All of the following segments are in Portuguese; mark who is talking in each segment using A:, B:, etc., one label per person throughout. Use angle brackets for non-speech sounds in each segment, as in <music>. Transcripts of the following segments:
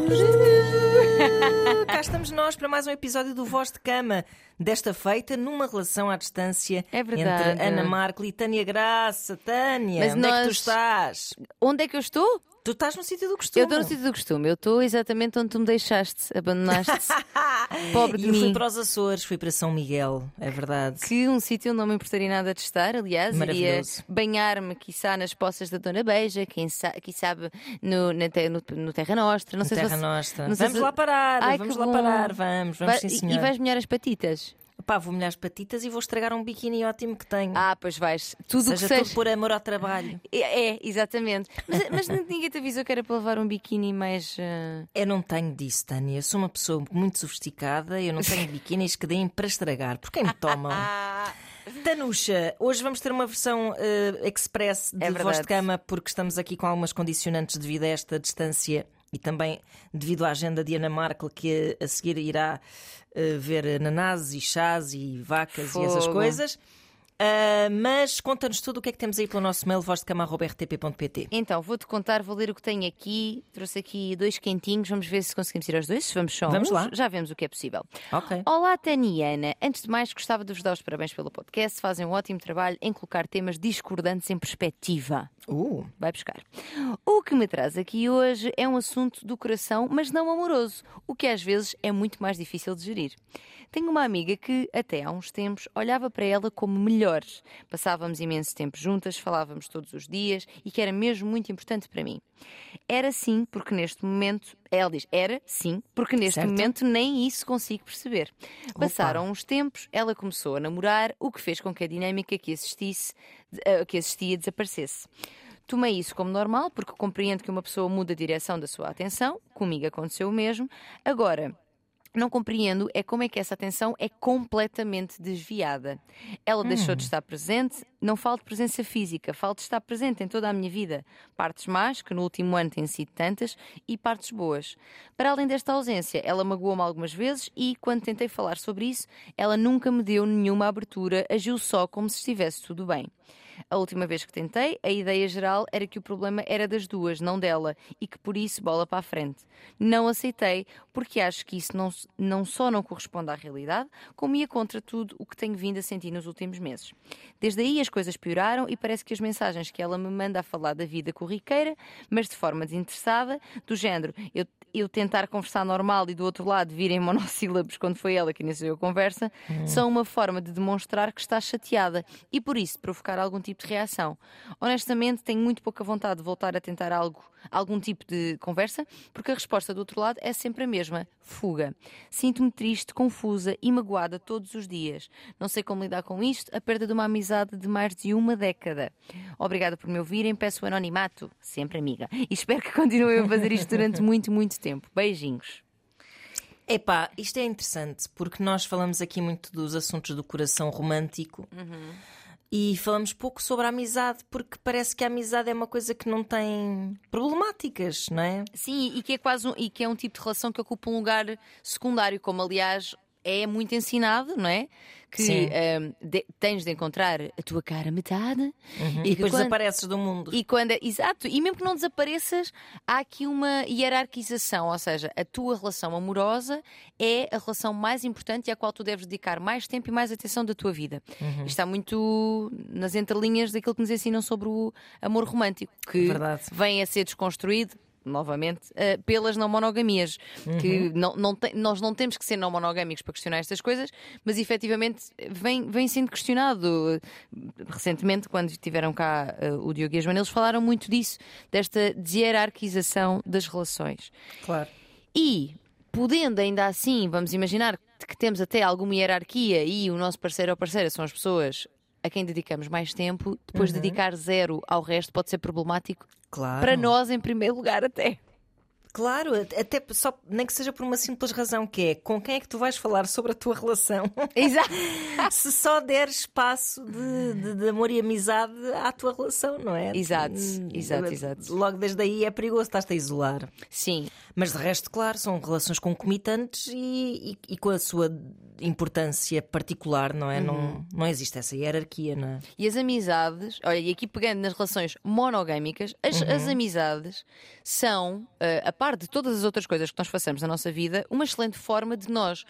A: <laughs> Cá estamos nós para mais um episódio do Voz de Cama, desta feita numa relação à distância
B: É verdade.
A: entre Ana Marco e Tânia Graça. Tânia,
B: Mas
A: onde é que tu
B: nós-
A: estás?
B: Onde é que eu estou?
A: Tu estás no sítio do costume.
B: Eu estou no sítio do costume. Eu estou exatamente onde tu me deixaste,
A: <laughs>
B: abandonaste. Pobre
A: E
B: de
A: eu fui
B: mim.
A: para os Açores, fui para São Miguel, é verdade.
B: Que um sítio onde não me importaria nada de estar, aliás, iria
A: Maravilhoso.
B: banhar-me, quiçá, nas poças da Dona Beija, quem, sa quem sabe no, na te- no- no Terra Nostra. Não sei se
A: Terra
B: você-
A: Nostra.
B: não sei
A: Vamos
B: se-
A: lá parar,
B: Ai,
A: vamos
B: que
A: lá
B: bom.
A: parar, vamos, vamos
B: Vai-
A: sim
B: e-
A: senhor.
B: E vais molhar as patitas?
A: Pá, vou molhar as patitas e vou estragar um biquíni ótimo que tenho.
B: Ah, pois vais. Tudo o que
A: seja
B: seja.
A: tudo por amor ao trabalho.
B: É, é, exatamente. Mas, mas <laughs> ninguém te avisou que era para levar um biquíni mais. ah,
A: Eu não tenho disso, Tânia. Eu sou uma pessoa muito sofisticada. Eu não tenho biquínis que deem para estragar. Por quem me
B: <laughs>
A: tomam? Ah, Tanuxa, hoje vamos ter uma versão eh, express de
B: É
A: voz de
B: verdade.
A: cama, porque estamos aqui com algumas condicionantes devido a esta distância e também devido à agenda de Ana Markle, que a seguir irá eh, ver ananás e chás e vacas e essas
B: Fogo.
A: coisas. Ah, mas conta-nos tudo o que é que temos aí pelo nosso mail vozdecama.rtp.pt
B: Então, vou-te contar, vou ler o que tenho aqui. Trouxe aqui dois quentinhos, vamos ver se conseguimos ir aos dois. Se vamos só a
A: Vamos
B: um,
A: lá.
B: Já vemos o que é possível.
A: Ok.
B: Olá, Taniana. Antes de mais, gostava de vos dar os parabéns pelo podcast. Fazem um ótimo trabalho em colocar temas discordantes em perspectiva.
A: Uh,
B: Vai buscar. O que me traz aqui hoje é um assunto do coração, mas não amoroso, o que às vezes é muito mais difícil de gerir. Tenho uma amiga que, até há uns tempos, olhava para ela como melhor. Passávamos imenso tempo juntas, falávamos todos os dias e que era mesmo muito importante para mim. Era sim, porque neste momento. Ela diz, era sim, porque neste
A: Certo.
B: momento nem isso consigo perceber.
A: Opa.
B: Passaram uns tempos, ela começou a namorar, o que fez com que a dinâmica que, assistisse, eh, que assistia desaparecesse. Tomei isso como normal, porque compreendo que uma pessoa muda a direção da sua atenção, comigo aconteceu o mesmo. Agora, não compreendo é como é que essa atenção é completamente desviada. Ela deixou de estar presente, não falo de presença física, falo de estar presente em toda a minha vida. Partes más, que no último ano têm sido tantas, e partes boas. Para além desta ausência, ela magoou-me algumas vezes e, quando tentei falar sobre isso, ela nunca me deu nenhuma abertura, agiu só como se estivesse tudo bem. A última vez que tentei, a ideia geral era que o problema era das duas, não dela, e que por isso bola para a frente. Não aceitei, porque acho que isso não, s- não só não corresponde à realidade, como ia contra tudo o que tenho vindo a sentir nos últimos meses. Desde aí as coisas pioraram e parece que as mensagens que ela me manda a falar da vida corriqueira, mas de forma desinteressada, do género, eu eu tentar conversar normal e do outro lado virem <laughs> monossílabos quando foi ela que iniciou a conversa, são uma forma de demonstrar que estás chateada e por isso de provocar algum tipo de reação. Honestamente, tenho muito pouca vontade de voltar a tentar algo, algum tipo de conversa, porque a resposta do outro lado é sempre a mesma: fuga. Sinto-me triste, confusa e magoada todos os dias. Não sei como lidar com isto, a perda de uma amizade de mais de uma década. Obrigada por me ouvirem, peço o anonimato, sempre amiga, e espero que continuem a fazer isto durante muito, muito tempo. Beijinhos.
A: Epá, isto é interessante porque nós falamos aqui muito dos assuntos do coração romântico e falamos pouco sobre a amizade porque parece que a amizade é uma coisa que não tem problemáticas, não é?
B: Sim, e que é quase um, e que é um tipo de relação que ocupa um lugar secundário, como aliás é muito ensinado, não é? Que
A: Sim.
B: ehm, de- tens de encontrar a tua cara metade
A: Uhum. E
B: que
A: depois
B: quando-
A: desapareces do mundo.
B: E quando, exato, e mesmo que não desapareças, há aqui uma hierarquização, ou seja, a tua relação amorosa é a relação mais importante e à qual tu deves dedicar mais tempo e mais atenção da tua vida.
A: Uhum.
B: Isto está muito nas entrelinhas daquilo que nos ensinam sobre o amor romântico, que
A: Verdade.
B: vem a ser desconstruído. Novamente, eh, pelas não monogamias, que não, não tem- nós não temos que ser não monogâmicos para questionar estas coisas, mas efetivamente vem, vem sendo questionado. Recentemente, quando tiveram cá eh, o Diogo e a Joana, eles falaram muito disso, desta hierarquização das relações.
A: Claro.
B: E, podendo ainda assim, vamos imaginar que temos até alguma hierarquia e o nosso parceiro ou parceira são as pessoas a quem dedicamos mais tempo, depois dedicar zero ao resto pode ser problemático
A: Claro.
B: para nós, em primeiro lugar, até. <laughs>
A: Claro, at- até só, nem que seja por uma simples razão, que é com quem é que tu vais falar sobre a tua relação? <laughs>
B: Exato.
A: Se só der espaço de, de- de amor e amizade à tua relação, não é?
B: Exato,
A: Hum,
B: exato, exato.
A: Logo desde aí é perigoso, estás-te a isolar.
B: Sim,
A: Mas de resto, claro, são relações concomitantes e, e- e com a sua importância particular, não é?
B: Uhum.
A: Não, não existe essa hierarquia, não é?
B: E as amizades, Uhum. olha, e aqui pegando nas relações monogâmicas, as, as amizades são, eh, a- par de todas as outras coisas que nós façamos na nossa vida, uma excelente forma de nós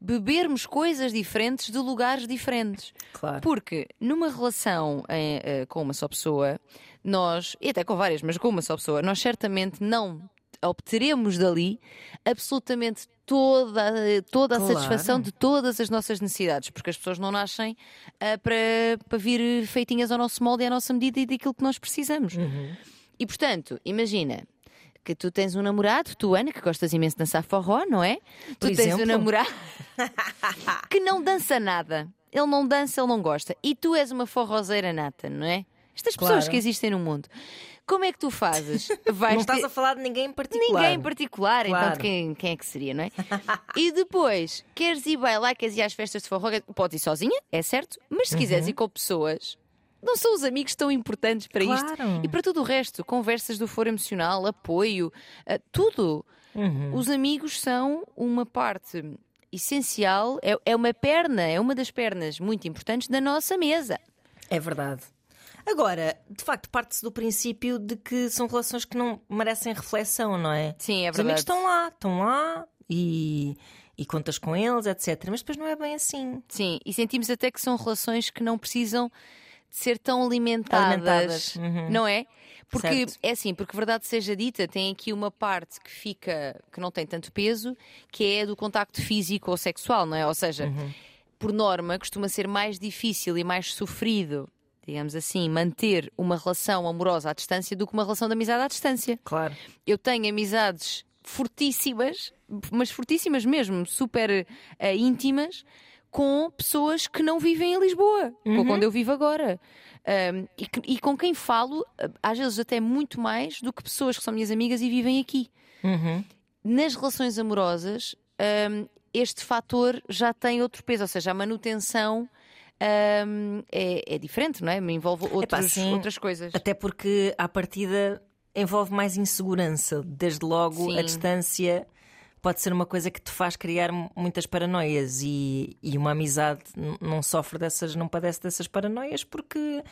B: bebermos coisas diferentes de lugares diferentes.
A: Claro.
B: Porque numa relação em, eh, com uma só pessoa, nós, e até com várias, mas com uma só pessoa, nós certamente não obteremos dali absolutamente toda, toda a
A: Claro.
B: satisfação de todas as nossas necessidades, porque as pessoas não nascem ah, para, para vir feitinhas ao nosso molde e à nossa medida e daquilo que nós precisamos.
A: Uhum.
B: E portanto, imagina. Que tu tens um namorado, tu, Ana, que gostas imenso de dançar forró, não é?
A: Por
B: tu tens um
A: exemplo.
B: namorado que não dança nada. Ele não dança, ele não gosta. E tu és uma forrozeira nata, não é? Estas pessoas
A: Claro.
B: que existem no mundo. Como é que
A: <laughs>
B: tu fazes? Vais
A: Não estás
B: ter-
A: a falar de ninguém em particular.
B: Ninguém em particular, então
A: Claro.
B: de quem, quem é que seria, <laughs> não é? e depois, queres ir bailar, queres ir às festas de forró, queres- podes ir sozinha, é certo, mas se quiseres ir com pessoas, não são os amigos tão importantes para isto.
A: Claro.
B: E para tudo o resto, conversas do foro emocional, apoio, eh, tudo. Os amigos são uma parte essencial, é, é uma perna, é uma das pernas muito importantes da nossa mesa.
A: É verdade. Agora, de facto, parte-se do princípio de que são relações que não merecem reflexão, não é?
B: Sim, é
A: Os amigos
B: verdade.
A: estão lá, estão lá e, e contas com eles, etc. Mas depois não é bem assim.
B: Sim, e sentimos até que são relações que não precisam de ser tão alimentadas,
A: Alimentadas, uhum.
B: não é? Porque
A: Certo.
B: é assim, porque verdade seja dita, tem aqui uma parte que fica que não tem tanto peso, que é a do contacto físico ou sexual, não é? Ou seja,
A: Uhum.
B: por norma costuma ser mais difícil e mais sofrido, digamos assim, manter uma relação amorosa à distância do que uma relação de amizade à distância.
A: Claro.
B: Eu tenho amizades fortíssimas, mas fortíssimas mesmo, super eh, íntimas, com pessoas que não vivem em Lisboa, com onde eu vivo agora. Ahm, e, que- e com quem falo, eh, às vezes até muito mais do que pessoas que são minhas amigas e vivem aqui.
A: Uhum.
B: Nas relações amorosas, ahm, este fator já tem outro peso, ou seja, a manutenção. ahm, é, é diferente, não é? Me envolve outros-
A: sim.
B: outras coisas.
A: Até porque, à partida, envolve mais insegurança. Desde logo,
B: Sim.
A: a distância pode ser uma coisa que te faz criar mu- muitas paranoias. E, e uma amizade n- não sofre dessas, não padece dessas paranoias porque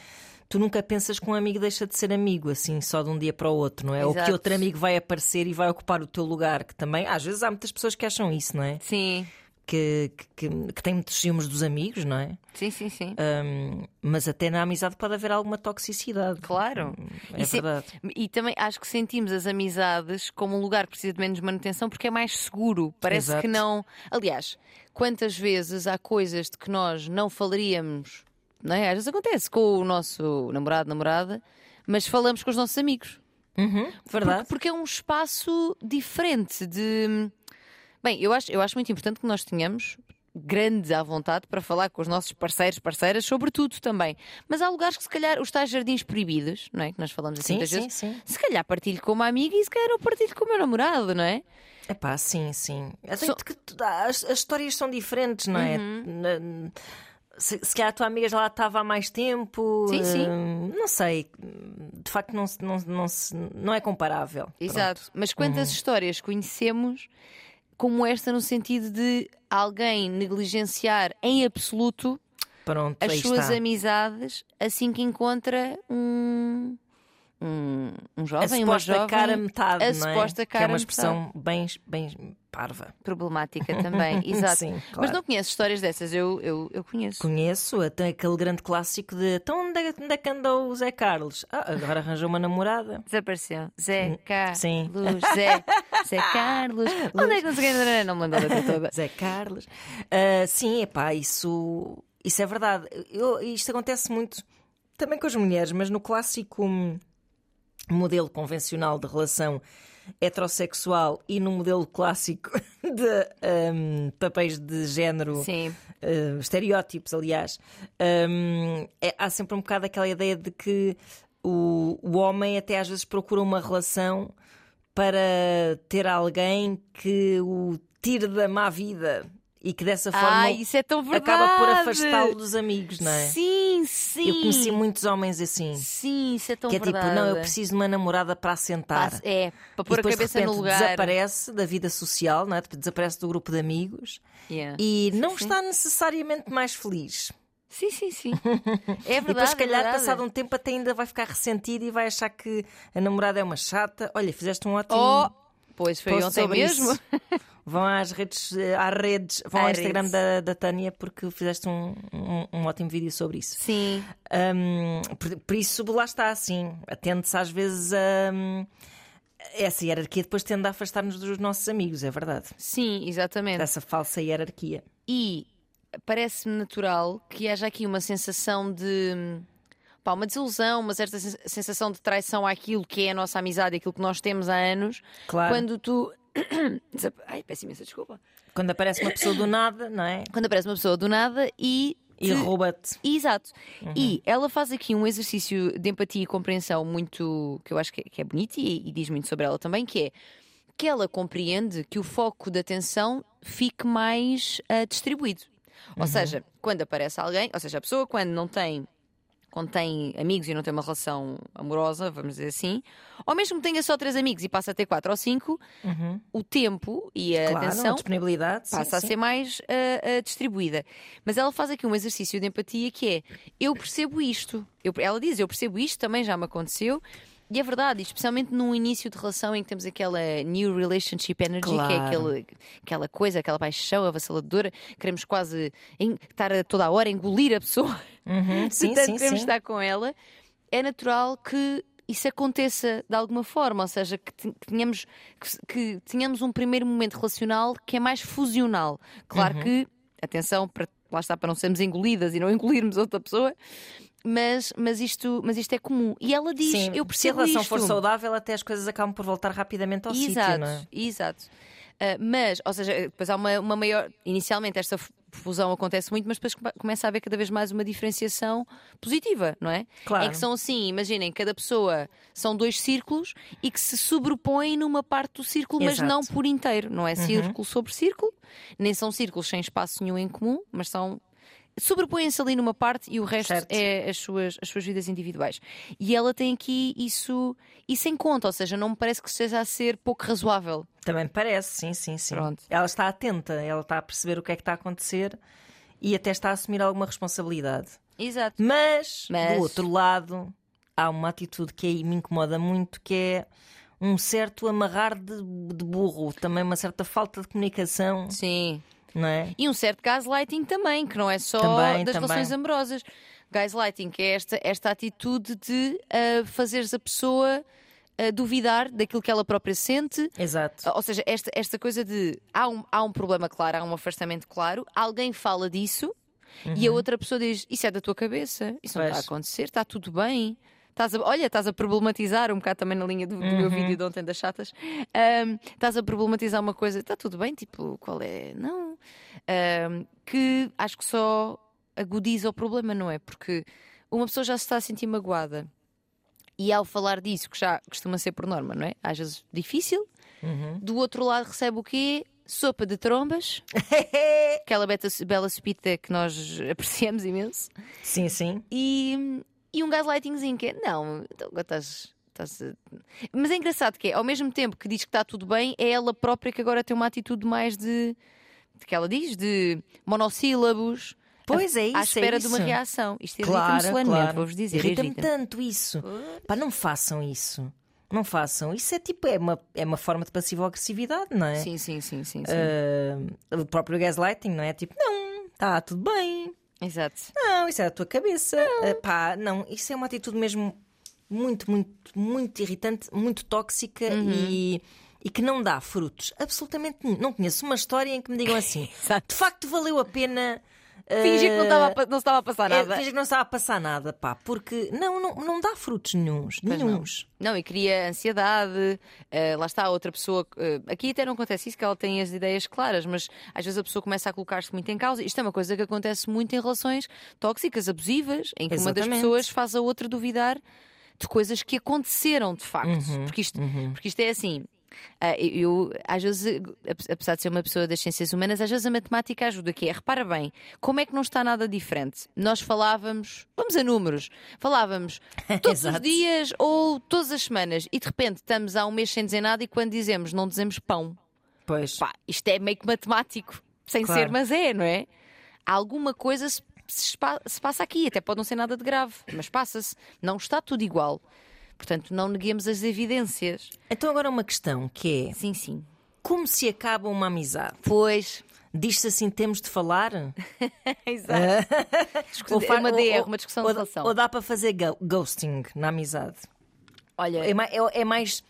A: tu nunca pensas que um amigo deixa de ser amigo, assim, só de um dia para o outro, não é? Ou que
B: Exato.
A: outro amigo vai aparecer e vai ocupar o teu lugar, que também, às vezes, há muitas pessoas que acham isso, não é?
B: Sim,
A: Que, que, que, que têm muitos ciúmes dos amigos, não é?
B: sim, sim, sim.
A: Hum, mas até na amizade pode haver alguma toxicidade.
B: Claro.
A: É
B: E se-
A: verdade.
B: E também acho que sentimos as amizades como um lugar que precisa de menos manutenção porque é mais seguro. Parece
A: Exato.
B: que não. Aliás, quantas vezes há coisas de que nós não falaríamos, não é? Às vezes acontece com o nosso namorado, namorada, mas falamos com os nossos amigos.
A: Verdade.
B: Porque, porque é um espaço diferente de. Bem, eu acho, eu acho muito importante que nós tenhamos grande à vontade para falar com os nossos parceiros, parceiras, sobre tudo também. Mas há lugares que, se calhar, os tais jardins proibidos, não é? Que nós falamos assim
A: Sim,
B: muitas
A: sim,
B: vezes.
A: sim.
B: Se calhar partilho com uma amiga e se calhar eu partilho com o meu namorado, não é?
A: É pá, sim, sim. Até
B: Só-
A: que tu- as, as histórias são diferentes, não é?
B: Uhum.
A: Na- Se, se calhar a tua amiga já lá estava há mais tempo.
B: Sim,
A: eh,
B: sim.
A: Não sei. De facto, não, se- não, não, se- não é comparável.
B: Exato. Mas quantas histórias conhecemos como esta no sentido de alguém negligenciar em absoluto
A: Pronto,
B: as
A: aí
B: suas
A: está.
B: amizades assim que encontra um, um, um
A: A
B: jovem, uma
A: suposta
B: jovem
A: cara metade,
B: a
A: não é?
B: suposta
A: que é
B: cara
A: uma expressão bem, bem parva.
B: problemática <laughs> também, exato.
A: Sim,
B: Mas
A: claro.
B: não conheço histórias dessas, eu, eu, eu conheço.
A: Conheço até aquele grande clássico de então onde é, onde é que andou o Zé Carlos? Ah, agora arranjou uma namorada.
B: Desapareceu. Zé
A: sim.
B: Carlos, <laughs> Zé, Zé Carlos. Onde é que não sei quem Não me lembro da letra <laughs> toda.
A: Zé Carlos. Ah, sim, epá, isso, isso é verdade. Eu- isto acontece muito também com as mulheres, mas no clássico hum, modelo convencional de relação heterossexual e no modelo clássico <laughs> de hum, papéis de género,
B: Sim,
A: eh, estereótipos, aliás, hum, é- há sempre um bocado aquela ideia de que o, o homem até às vezes procura uma relação para ter alguém que o tire da má vida e que dessa forma
B: Ah, isso é tão verdade.
A: acaba por afastá-lo dos amigos, não é?
B: Sim, sim.
A: Eu conheci muitos homens assim.
B: Sim, isso é tão
A: Que é tipo,
B: verdade.
A: não, eu preciso de uma namorada para assentar.
B: Passa- É, para
A: E
B: pôr a
A: depois, de
B: cabeça no
A: repente,
B: lugar.
A: Desaparece da vida social, não é? desaparece do grupo de amigos
B: Yeah.
A: e não
B: sim.
A: está necessariamente mais feliz.
B: Sim,
A: <laughs>
B: sim, sim.
A: E
B: É verdade.
A: depois, se
B: é
A: calhar,
B: verdade.
A: passado um tempo, até ainda vai ficar ressentido e vai achar que a namorada é uma chata. Olha, fizeste um ótimo.
B: Oh, Pois foi
A: Post
B: ontem
A: sobre <laughs>
B: mesmo.
A: isso. Vão às redes, eh, às redes vão
B: À
A: ao Instagram
B: redes.
A: da, da Tânia porque fizeste um, um- um ótimo vídeo sobre isso.
B: Sim.
A: Hum, por, por isso, lá está assim. Atende-se às vezes a. hum, essa hierarquia depois tende a afastar-nos dos nossos amigos, é verdade.
B: Sim, exatamente.
A: Dessa falsa hierarquia.
B: E parece-me natural que haja aqui uma sensação de. hum, Pá, uma desilusão, uma certa sen- sensação de traição àquilo que é a nossa amizade, aquilo que nós temos há anos,
A: Claro. Quando,
B: quando tu. <coughs> desap- Ai, peço imensa desculpa.
A: aparece uma pessoa do nada, não é?
B: Quando aparece uma pessoa do nada e.
A: E
B: te-
A: rouba-te.
B: Exato.
A: Uhum.
B: E ela faz aqui um exercício de empatia e compreensão muito. que eu acho que é, que é bonito e, e diz muito sobre ela também, que é que ela compreende que o foco da atenção fique mais ah, distribuído.
A: Uhum.
B: Ou seja, quando aparece alguém, ou seja, a pessoa quando não tem. Quando tem amigos e não tem uma relação amorosa, vamos dizer assim, ou mesmo que tenha só três amigos e passa a ter quatro ou cinco,
A: Uhum.
B: o tempo e a
A: Claro,
B: atenção
A: a disponibilidade. sim,
B: passa a
A: sim.
B: ser mais ah, ah, distribuída. Mas ela faz aqui um exercício de empatia que é: eu percebo isto. Eu- ela diz: eu percebo isto, também já me aconteceu. E é verdade, especialmente num início de relação em que temos aquela new relationship energy, que é
A: Claro.
B: aquele- aquela coisa, aquela paixão avassaladora, queremos quase en- estar a toda a hora a engolir a pessoa
A: Uhum,
B: <laughs> de
A: Sim,
B: tanto
A: sim,
B: queremos
A: sim.
B: estar com ela, é natural que isso aconteça de alguma forma, ou seja, que ti- que tenhamos, que se- que tenhamos um primeiro momento relacional que é mais fusional. Claro
A: Uhum.
B: que, atenção, para, lá está, para não sermos engolidas e não <laughs> engolirmos outra pessoa, mas, mas, isto, mas isto é comum. E ela diz:
A: Sim,
B: Eu
A: se a
B: percebo
A: relação
B: isto.
A: for saudável, até as coisas acabam por voltar rapidamente ao sítio,
B: Exato,
A: não é?
B: exato. Ah, mas, ou seja, depois há uma, uma maior. Inicialmente esta fu- fusão acontece muito, mas depois come- começa a haver cada vez mais uma diferenciação positiva, não é?
A: Claro.
B: Em que são assim, imaginem, cada pessoa são dois círculos e que se sobrepõem numa parte do círculo, mas
A: Exato.
B: não por inteiro, não
A: Uhum.
B: é? Círculo sobre círculo, nem são círculos sem espaço nenhum em comum, mas são. Sobrepõem-se ali numa parte e o resto
A: Certo.
B: é as suas, as suas vidas individuais. E ela tem aqui isso, isso em conta, ou seja, não me parece que esteja a ser pouco razoável.
A: Também parece, sim, sim, sim.
B: Pronto.
A: Ela está atenta, ela está a perceber o que é que está a acontecer e até está a assumir alguma responsabilidade.
B: Exato.
A: Mas,
B: Mas-
A: do outro lado, há uma atitude que aí me incomoda muito, que é um certo amarrar de, de burro, também uma certa falta de comunicação,
B: Sim.
A: não é?
B: E um certo gaslighting também, que não é só
A: Também,
B: das
A: também.
B: relações amorosas. Gaslighting, que é esta, esta atitude de ah, fazeres a pessoa ah, duvidar daquilo que ela própria sente.
A: Exato.
B: Ah, Ou seja, esta, esta coisa de há um, há um problema claro, há um afastamento claro, alguém fala disso e a outra pessoa diz: Isso é da tua cabeça, isso não
A: Pois.
B: está a acontecer, está tudo bem. Estás a- olha, estás a problematizar um bocado também na linha do, do meu vídeo de ontem das chatas. Ahm, estás a problematizar uma coisa, está tudo bem, tipo, qual é? Não. Ahm, que acho que só agudiza o problema, não é? Porque uma pessoa já se está a sentir magoada. E ao falar disso, que já costuma ser por norma, não é? Às vezes difícil, do outro lado recebe o quê? Sopa de trombas, aquela beta- bela sopita que nós <laughs> apreciamos imenso,
A: <laughs> Sim, sim.
B: e, e um gaslightingzinho que é, não, então agora estás. estás a-" Mas é engraçado que é, ao mesmo tempo que diz que está tudo bem, é ela própria que agora tem uma atitude mais de. de que ela diz? De monossílabos,
A: Pois é isso.
B: à espera
A: é
B: de
A: isso.
B: uma reação. Isto irrita-me
A: Claro,
B: solenemente,
A: claro.
B: vou-vos dizer.
A: Irrita-me
B: irrita-me.
A: tanto isso. Pá, não façam isso. Não façam. Isso é tipo, é uma, é uma forma de passivo-agressividade, não é?
B: Sim, sim, sim, sim. sim.
A: Ah, o próprio gaslighting, não é? Tipo, não, está tudo bem.
B: Exato.
A: Não, isso é da tua cabeça. Ah, pá, não, isso é uma atitude mesmo muito, muito, muito irritante, muito tóxica
B: Uhum.
A: e, e que não dá frutos. Absolutamente nenhum. Não conheço uma história em que me digam assim.
B: <laughs> Exato.
A: De facto, valeu a pena. ah,
B: Fingir que não, estava a pa- não se estava a passar
A: é,
B: nada.
A: Finge que não estava a passar nada, pá, porque não, não, não dá frutos nenhuns. Nenhuns.
B: Não, e cria ansiedade. eh, lá está outra pessoa. eh, aqui até não acontece isso, que ela tem as ideias claras, mas às vezes a pessoa começa a colocar-se muito em causa. Isto é uma coisa que acontece muito em relações tóxicas, abusivas, em que uma das
A: Exatamente.
B: pessoas faz a outra duvidar de coisas que aconteceram de facto.
A: Uhum,
B: porque, isto, porque isto é assim. ah, eu, às vezes, ap- apesar de ser uma pessoa das ciências humanas, às vezes a matemática ajuda, que é, repara bem, como é que não está nada diferente? Nós falávamos, vamos a números,
A: <laughs>
B: falávamos todos os
A: Exato.
B: dias ou todas as semanas, e de repente estamos há um mês sem dizer nada, e quando dizemos não dizemos pão,
A: Pois.
B: pá, isto é meio que matemático, sem
A: Claro.
B: ser, mas é, não é? Alguma coisa se, se espa- se passa aqui, até pode não ser nada de grave, mas passa-se, não está tudo igual. Portanto, não neguemos as evidências.
A: Então, agora uma questão que é:
B: Sim, sim.
A: como se acaba uma amizade? <laughs>
B: Pois.
A: Diz-se assim, temos de
B: <laughs>
A: falar?
B: Exato.
A: Ou
B: é
A: fa-
B: uma
A: ou-
B: DR,
A: ou-
B: uma discussão
A: ou,
B: de relação.
A: Ou dá para fazer go- ghosting na amizade?
B: Olha,
A: É, ma- é- é mais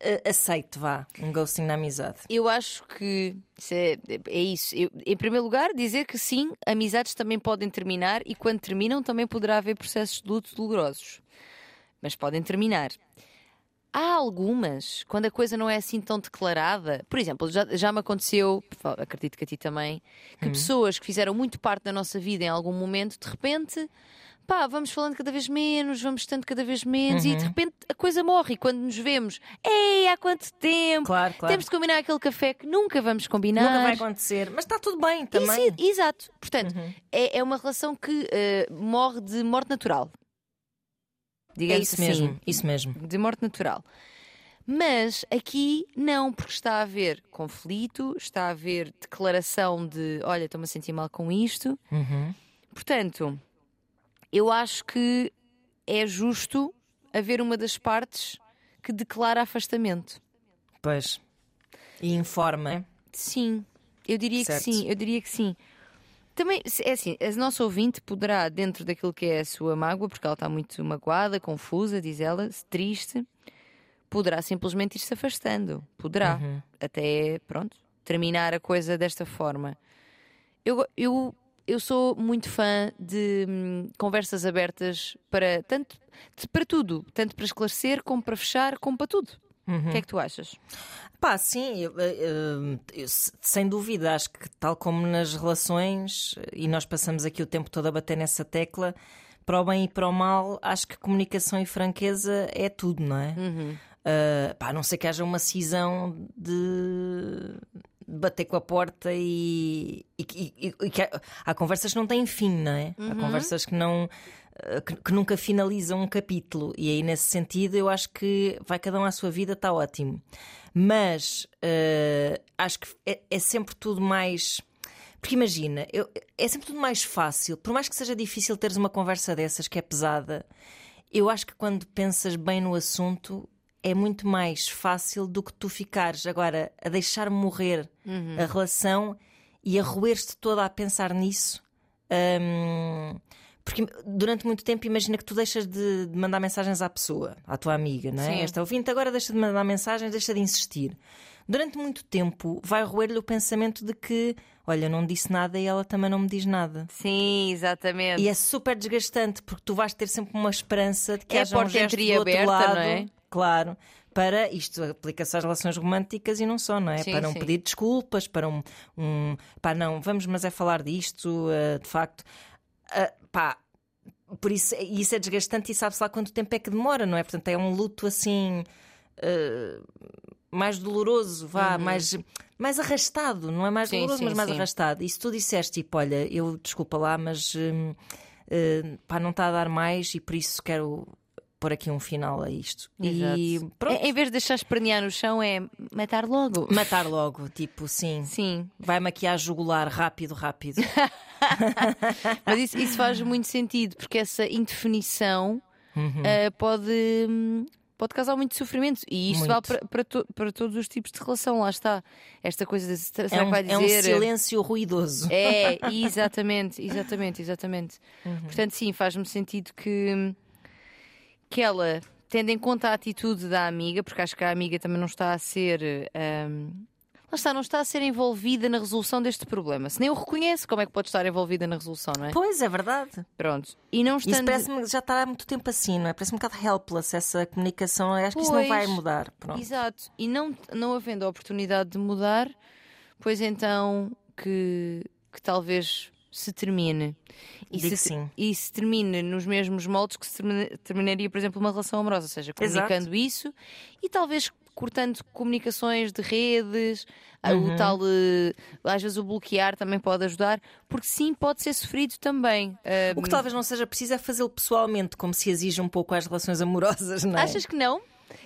A: eh, aceito, vá, um ghosting na amizade.
B: Eu acho que isso é, é isso. Eu- em primeiro lugar, dizer que sim, amizades também podem terminar e quando terminam também poderá haver processos de luto dolorosos. Mas podem terminar. Há algumas, quando a coisa não é assim tão declarada, por exemplo, já, já me aconteceu, fa- acredito que a ti também,
A: Uhum.
B: que pessoas que fizeram muito parte da nossa vida em algum momento, de repente, pá, vamos falando cada vez menos, vamos estando cada vez menos,
A: Uhum.
B: e de repente a coisa morre. E quando nos vemos, ei, há quanto tempo?
A: Claro, claro.
B: Temos de combinar aquele café que nunca vamos combinar.
A: Nunca vai acontecer, mas está tudo bem
B: Isso,
A: também.
B: exato. Portanto,
A: Uhum.
B: é, é uma relação que eh, morre de morte natural.
A: É
B: Digamos
A: isso
B: assim,
A: mesmo, isso mesmo.
B: De morte natural. Mas aqui não, porque está a haver conflito, está a haver declaração de olha, estou-me a sentir mal com isto.
A: Uhum.
B: Portanto, eu acho que é justo haver uma das partes que declara afastamento.
A: Pois. E
B: É.
A: informa.
B: Sim, eu diria
A: Certo.
B: que sim, eu diria que sim. Também, se- é assim, a nossa ouvinte poderá, dentro daquilo que é a sua mágoa, porque ela está muito magoada, confusa, diz ela, triste, poderá simplesmente ir-se afastando. Poderá. Até, pronto, terminar a coisa desta forma. Eu, go- eu, eu sou muito fã de hum, conversas abertas para, tanto, de- para tudo, tanto para esclarecer, como para fechar, como para tudo. O que é que tu achas?
A: Pá, sim, eu, eh, eh, eu se- sem dúvida, acho que tal como nas relações, e nós passamos aqui o tempo todo a bater nessa tecla, para o bem e para o mal, acho que comunicação e franqueza é tudo, não é? Ah, pá, a não ser que haja uma cisão de bater com a porta e, e, que- e- e que há, há conversas que não têm fim, não é? Há conversas que não ah, que, que nunca finalizam um capítulo e aí nesse sentido eu acho que vai cada um à sua vida, está ótimo. Mas ah, acho que é, é sempre tudo mais porque imagina, eu- é sempre tudo mais fácil, por mais que seja difícil teres uma conversa dessas que é pesada, eu acho que quando pensas bem no assunto é muito mais fácil do que tu ficares agora a deixar morrer a relação e a roer-te toda a pensar nisso. Hum, porque durante muito tempo imagina que tu deixas de, de mandar mensagens à pessoa, à tua amiga, não é?
B: Sim.
A: Esta ouvinte agora deixa de mandar mensagens, deixa de insistir. Durante muito tempo vai roer-lhe o pensamento de que, olha, eu não disse nada e ela também não me diz nada.
B: Sim, exatamente.
A: E é super desgastante porque tu vais ter sempre uma esperança de que
B: É a
A: haja um
B: porta
A: gesto do outro
B: entreaberta,
A: lado,
B: não é?
A: Claro. Para isto aplica-se às relações românticas e não só, não é?
B: Sim,
A: para um
B: sim.
A: pedir desculpas, para um, um pá, não, vamos, mas é falar disto, eh, de facto. Ah, pá, por isso, e isso é desgastante e sabe-se lá quanto tempo é que demora, não é? Portanto, é um luto assim eh, mais doloroso, vá, mais, mais arrastado, não é mais
B: Uhum. Sim,
A: doloroso,
B: sim,
A: mas mais
B: sim.
A: arrastado. E se tu disseste, tipo, olha, eu desculpa lá, mas hum, eh, pá, não está a dar mais e por isso quero pôr aqui um final a isto. E
B: Exato.
A: pronto,
B: É, Em em vez de deixar espernear no chão, é matar logo.
A: É, matar logo, tipo, sim,
B: Sim,
A: vai-me aqui à jugular, rápido, <laughs> rápido.
B: mas isso, isso faz muito sentido, porque essa indefinição
A: Uhum.
B: ah, pode, hum, pode causar muito sofrimento. E isto
A: Muito.
B: vale para, para, to- para todos os tipos de relação, lá está. Esta coisa de se- será
A: É
B: que
A: um,
B: vai
A: é um
B: dizer. eh,
A: silêncio ruidoso.
B: É, exatamente, exatamente, exatamente.
A: Uhum.
B: Portanto, sim, faz-me sentido que, que ela, tendo em conta a atitude da amiga, porque acho que a amiga também não está a ser. ahm, lá está, não está a ser envolvida na resolução deste problema. Se nem o reconhece, como é que pode estar envolvida na resolução, não é?
A: Pois é verdade.
B: Pronto. E não
A: Isso
B: estando.
A: parece-me já estar há muito tempo assim, não é? Parece-me um bocado helpless essa comunicação. Eu Acho que isso não
B: Pois.
A: vai mudar. Pronto.
B: Exato. E não, não havendo a oportunidade de mudar, pois então que, que talvez se termine. E
A: Digo
B: se,
A: sim.
B: e se termine nos mesmos moldes que se termina- terminaria, por exemplo, uma relação amorosa, ou seja,
A: Exato.
B: comunicando isso e talvez cortando comunicações de redes, a-
A: Uhum.
B: o tal eh, às vezes o bloquear também pode ajudar, porque sim pode ser sofrido também. Ah,
A: O que talvez não seja preciso é fazê-lo pessoalmente, como se exige um pouco às relações amorosas, não é?
B: Achas que não?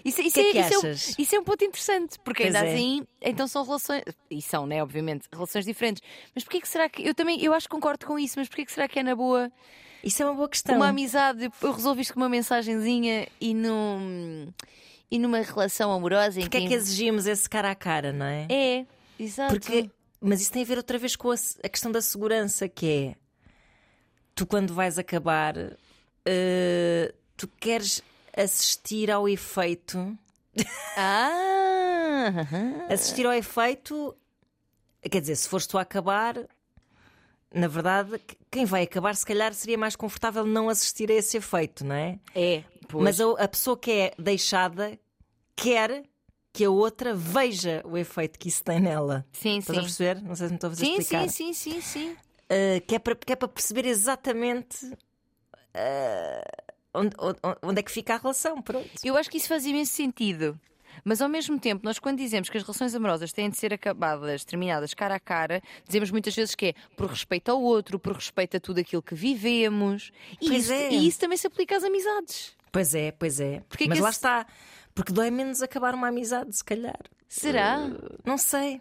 B: Isso, isso
A: que é que
B: isso um-
A: achas?
B: isso é um ponto interessante, porque
A: Pois
B: ainda
A: é.
B: assim, então são relações, e são, né, obviamente, relações diferentes. Mas porquê que será que, eu também, eu acho que concordo com isso, mas porquê que será que é na boa
A: Isso é uma boa questão.
B: uma amizade, eu resolvi isto com uma mensagenzinha e num, e numa relação amorosa em
A: Porque é que exigimos esse cara a cara, não é?
B: É, exato.
A: Porque, mas isso tem a ver outra vez com a, se- a questão da segurança, que é tu quando vais acabar, eh, tu queres assistir ao efeito,
B: Ah, aham.
A: assistir ao efeito, quer dizer, se fores tu a acabar, na verdade, que- quem vai acabar se calhar seria mais confortável não assistir a esse efeito, não é?
B: é, pois.
A: Mas a, a pessoa que é deixada quer que a outra veja o efeito que isso tem nela.
B: sim,
A: Estás a
B: sim.
A: perceber? Não sei se me estou a fazer
B: Sim,
A: explicar.
B: sim, sim, sim, sim.
A: Uh, que é para que é para perceber exatamente uh, onde, onde- onde é que fica a relação. Pronto.
B: Eu acho que isso faz imenso sentido. Mas ao mesmo tempo, nós quando dizemos que as relações amorosas têm de ser acabadas, terminadas cara a cara, dizemos muitas vezes que é por respeito ao outro, por respeito a tudo aquilo que vivemos. E,
A: Pois
B: isso,
A: é.
B: e isso também se aplica às amizades.
A: Pois é, pois é.
B: Porque é
A: Mas
B: que
A: lá
B: esse-
A: está. Porque dói menos acabar uma amizade, se calhar.
B: Será?
A: Não sei.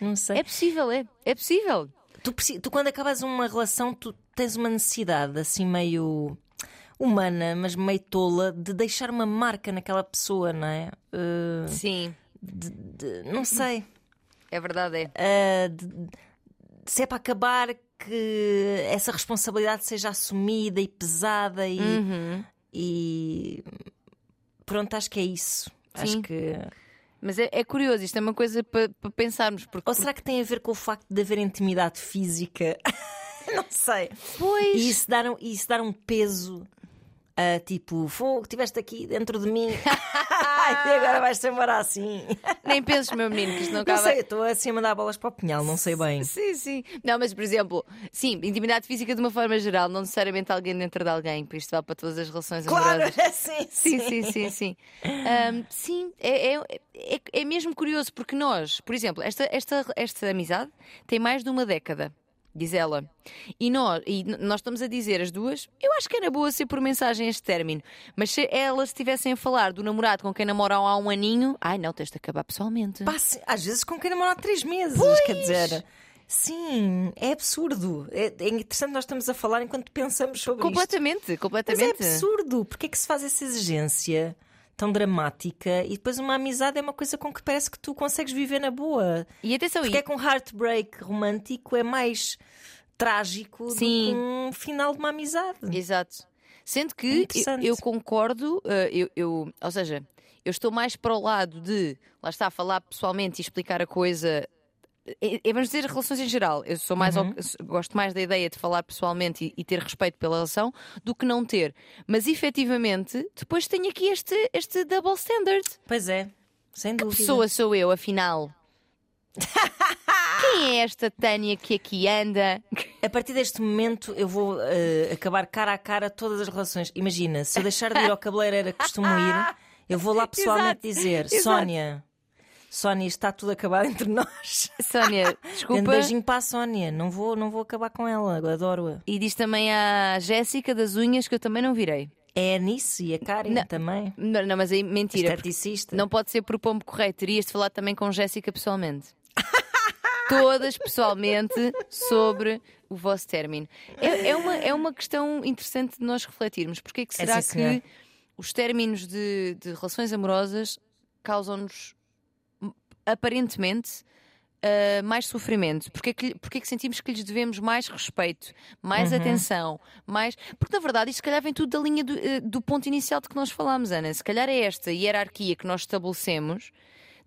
A: Não sei.
B: É possível, é. É possível.
A: Tu, preci- tu, quando acabas uma relação, tu tens uma necessidade assim meio humana, mas meio tola, de deixar uma marca naquela pessoa, não é? Uh,
B: Sim,
A: de- de- não sei.
B: é verdade, é.
A: Uh, de- de- se é para acabar que essa responsabilidade seja assumida e pesada e,
B: Uhum.
A: e- pronto, acho que é isso. Acho
B: Sim.
A: que...
B: Mas é, é curioso, isto é uma coisa para pensarmos, porque
A: Ou será que tem a ver com o facto de haver intimidade física? <laughs> Não sei.
B: depois.
A: E isso dar um, e isso dar um peso a tipo, fogo, estiveste aqui dentro de mim <laughs> e agora vais-te embora assim.
B: Nem penses, meu menino, que isto <laughs>
A: Não
B: não acaba.
A: sei, eu estou assim a mandar bolas para o pinhal, não sei bem.
B: Sim, sim. Não, mas por exemplo, sim, intimidade física de uma forma geral, não necessariamente alguém dentro de alguém, por isto vale para todas as relações
A: Claro, <laughs>
B: amorosas.
A: é sim,
B: Sim,
A: sim.
B: sim, sim, sim. Ahm, sim, é, é, é, é mesmo curioso porque nós, por exemplo, esta, esta, esta amizade tem mais de uma década, diz ela. E nós, e n- nós estamos a dizer as duas, eu acho que era boa ser por mensagem este término, mas se elas estivessem a falar do namorado com quem namoram há um aninho, ai não, tens de acabar pessoalmente.
A: Pá, se- às vezes com quem namorar há três meses, quer dizer. Sim, é absurdo. É, é interessante nós estamos a falar enquanto pensamos sobre isto.
B: completamente,
A: Mas é
B: completamente.
A: absurdo. Porquê é que se faz essa exigência tão dramática? E depois uma amizade é uma coisa com que parece que tu consegues viver na boa.
B: E atenção,
A: Porque
B: e
A: é que um heartbreak romântico é mais trágico
B: Sim.
A: do que um final de uma amizade.
B: Exato. Sendo que eu,
A: Interessante.
B: eu concordo, eh, eu, eu- ou seja, eu estou mais para o lado de, lá está, falar pessoalmente e explicar a coisa. eh, eh, Vamos dizer relações em geral. Eu sou mais ao- eu gosto mais da ideia de falar pessoalmente e, e ter respeito pela relação do que não ter. Mas efetivamente, depois tenho aqui este, este double standard.
A: Pois é, sem
B: Que
A: dúvida.
B: pessoa sou eu, afinal? Quem é esta Tânia que aqui anda? <laughs>
A: A partir deste momento eu vou eh, acabar cara a cara todas as relações. Imagina, se eu deixar de ir ao cabeleireiro que costumo ir, eu vou lá pessoalmente
B: Exato,
A: dizer:
B: exato.
A: Sónia, Sónia, está tudo acabado entre nós.
B: Sónia,
A: Um
B: desculpa.
A: beijinho para a Sónia, não vou, não vou acabar com ela, eu adoro-a.
B: E diz também à Jéssica das unhas que eu também não virei.
A: É a Nice e a Karen também.
B: Não, não, mas aí
A: é
B: mentira. porque
A: Esteticista.
B: Não pode ser por pombo correto. Terias de falar também com Jéssica pessoalmente. <laughs> Todas pessoalmente sobre o vosso término. É, é uma, é uma questão interessante de nós refletirmos. Porquê que
A: É,
B: será
A: sim,
B: que
A: senhora.
B: os términos de, de relações amorosas causam-nos m- aparentemente ah, mais sofrimento? Porquê que, lhe- porquê que sentimos que lhes devemos mais respeito, mais
A: Uhum.
B: atenção, mais. Porque na verdade isto se calhar vem tudo da linha do, eh, do ponto inicial de que nós falámos, Ana. Se calhar é esta hierarquia que nós estabelecemos,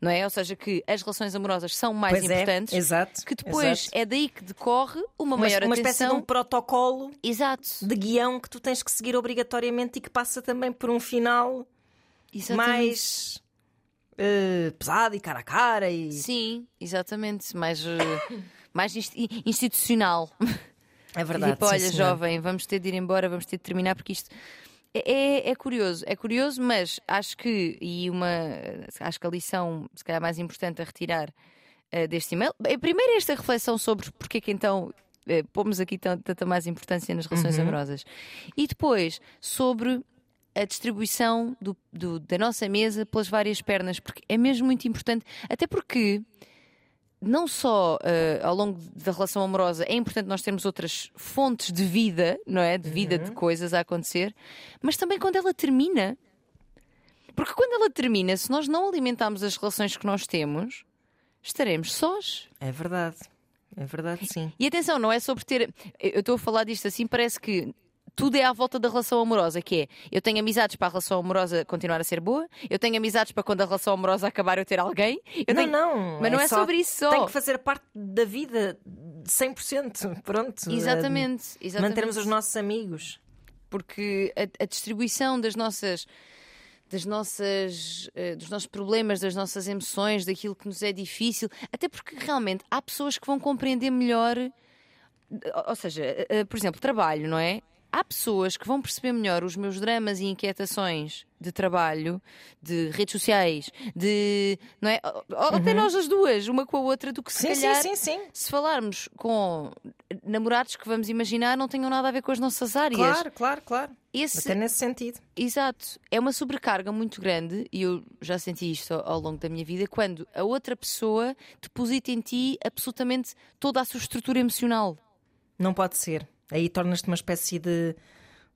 B: não é? Ou seja, que as relações amorosas são mais
A: Pois é,
B: importantes.
A: exato,
B: Que depois
A: exato.
B: é daí que decorre uma
A: Uma,
B: maior
A: uma espécie de
B: atenção.
A: um protocolo
B: Exato.
A: de guião que tu tens que seguir obrigatoriamente e que passa também por um final
B: Exatamente.
A: mais eh, pesado e cara a cara e
B: Sim, exatamente. Mais, eh, <coughs> mais insti- institucional.
A: é verdade.
B: tipo,
A: sim,
B: olha,
A: senhora.
B: jovem, vamos ter de ir embora, vamos ter de terminar, porque isto. É, é- é curioso, é curioso, mas acho que, e uma, acho que a lição, se calhar, mais importante a retirar eh, deste e-mail, é primeiro esta reflexão sobre porque é que então
A: Uhum.
B: eh, pomos aqui tan- tanta mais importância nas relações amorosas, e depois sobre a distribuição do- do- da nossa mesa pelas várias pernas, porque é mesmo muito importante, até porque não só eh, ao longo da relação amorosa é importante nós termos outras fontes de vida, não é? De vida
A: Uhum.
B: de coisas a acontecer, mas também quando ela termina. Porque quando ela termina, se nós não alimentarmos as relações que nós temos, estaremos sós.
A: É verdade. É verdade, sim.
B: E atenção, não é sobre ter. Eu eu estou a falar disto assim, parece que tudo é à volta da relação amorosa, que é eu tenho amizades para a relação amorosa continuar a ser boa, eu tenho amizades para quando a relação amorosa acabar eu ter alguém. Eu
A: não,
B: tenho...
A: não.
B: Mas não é,
A: só-
B: sobre isso só.
A: Tem que fazer parte da vida de 100%. Pronto.
B: Exatamente,
A: Eh,
B: exatamente.
A: Mantermos os nossos amigos.
B: Porque a, a distribuição das nossas. Das nossas, eh, dos nossos problemas, das nossas emoções, daquilo que nos é difícil, até porque realmente há pessoas que vão compreender melhor eh, Ou- ou seja, eh, eh, por exemplo, trabalho, não é? Há pessoas que vão perceber melhor os meus dramas e inquietações de trabalho, de redes sociais, de. Não é? Ou- ou Até nós as duas, uma com a outra, do que se
A: Uhum. Sim,
B: calhar.
A: sim, sim, sim.
B: Se falarmos com namorados que vamos imaginar não tenham nada a ver com as nossas áreas.
A: Claro, claro, claro.
B: Esse,
A: Até nesse sentido.
B: Exato. É uma sobrecarga muito grande e eu já senti isto ao ao longo da minha vida quando a outra pessoa deposita em ti absolutamente toda a sua estrutura emocional.
A: Não pode ser. Aí tornas-te uma espécie de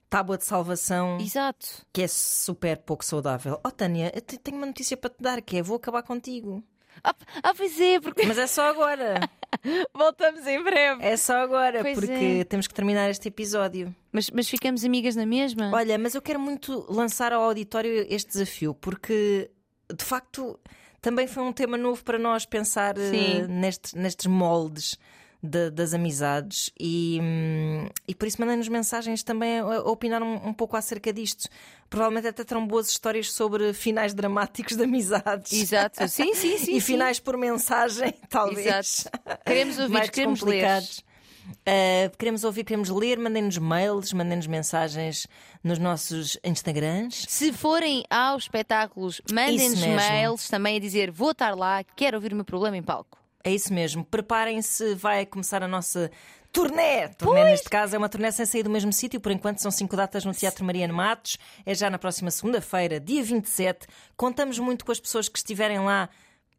A: tábua de salvação
B: Exato.
A: que é super pouco saudável. Oh, Tânia, eu te- tenho uma notícia para te dar que é vou acabar contigo.
B: Ah, p- ah, pois é, porque <laughs>
A: Mas é só agora.
B: voltamos em breve.
A: É só agora,
B: Pois é.
A: porque temos que terminar este episódio.
B: Mas, mas ficamos amigas na mesma?
A: Olha, mas eu quero muito lançar ao auditório este desafio, porque de facto também foi um tema novo para nós pensar eh,
B: Sim.
A: neste- nestes moldes da- das amizades e, hum, e por isso mandem-nos mensagens também a, a opinar um, um pouco acerca disto. Provavelmente até terão boas histórias sobre finais dramáticos de amizades
B: Exato. Sim, sim, sim.
A: <laughs> e
B: sim.
A: finais por mensagem, <laughs> talvez.
B: Exato. Queremos ouvir,
A: mais
B: queremos
A: complicados. Uh, queremos ouvir, queremos ler, mandem-nos mails, mandem-nos mensagens nos nossos Instagrams.
B: ler. Se forem aos espetáculos, mandem-nos
A: Isso mesmo.
B: mails também a dizer vou estar lá, quero ouvir o meu problema em palco.
A: É isso mesmo. Preparem-se, vai começar a nossa turnê. Turnê, neste caso, é uma turnê sem sair do mesmo sítio. Por enquanto, são cinco datas no Teatro Mariano Matos. É já na próxima segunda-feira, dia 27. Contamos muito com as pessoas que estiverem lá.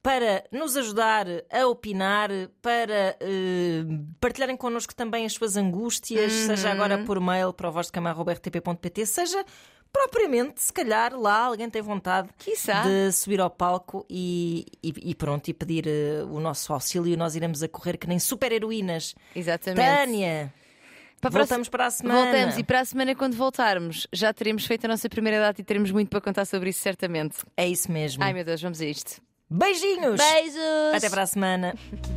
A: Para nos ajudar a opinar, para eh, partilharem connosco também as suas angústias, seja agora por mail para o vozdecamarro.rtp.pt, seja propriamente, se calhar, lá alguém tem vontade
B: Quiçá.
A: de subir ao palco e, e- e pronto, e pedir eh, o nosso auxílio. Nós iremos a correr que nem super-heroínas.
B: Exatamente.
A: Tânia,
B: Para a próxima-
A: voltamos para a semana.
B: Voltamos e para a semana, quando voltarmos, já teremos feito a nossa primeira data e teremos muito para contar sobre isso, certamente.
A: É isso mesmo.
B: Ai meu Deus, vamos a isto.
A: Beijinhos!
B: Beijos!
A: Até para a semana.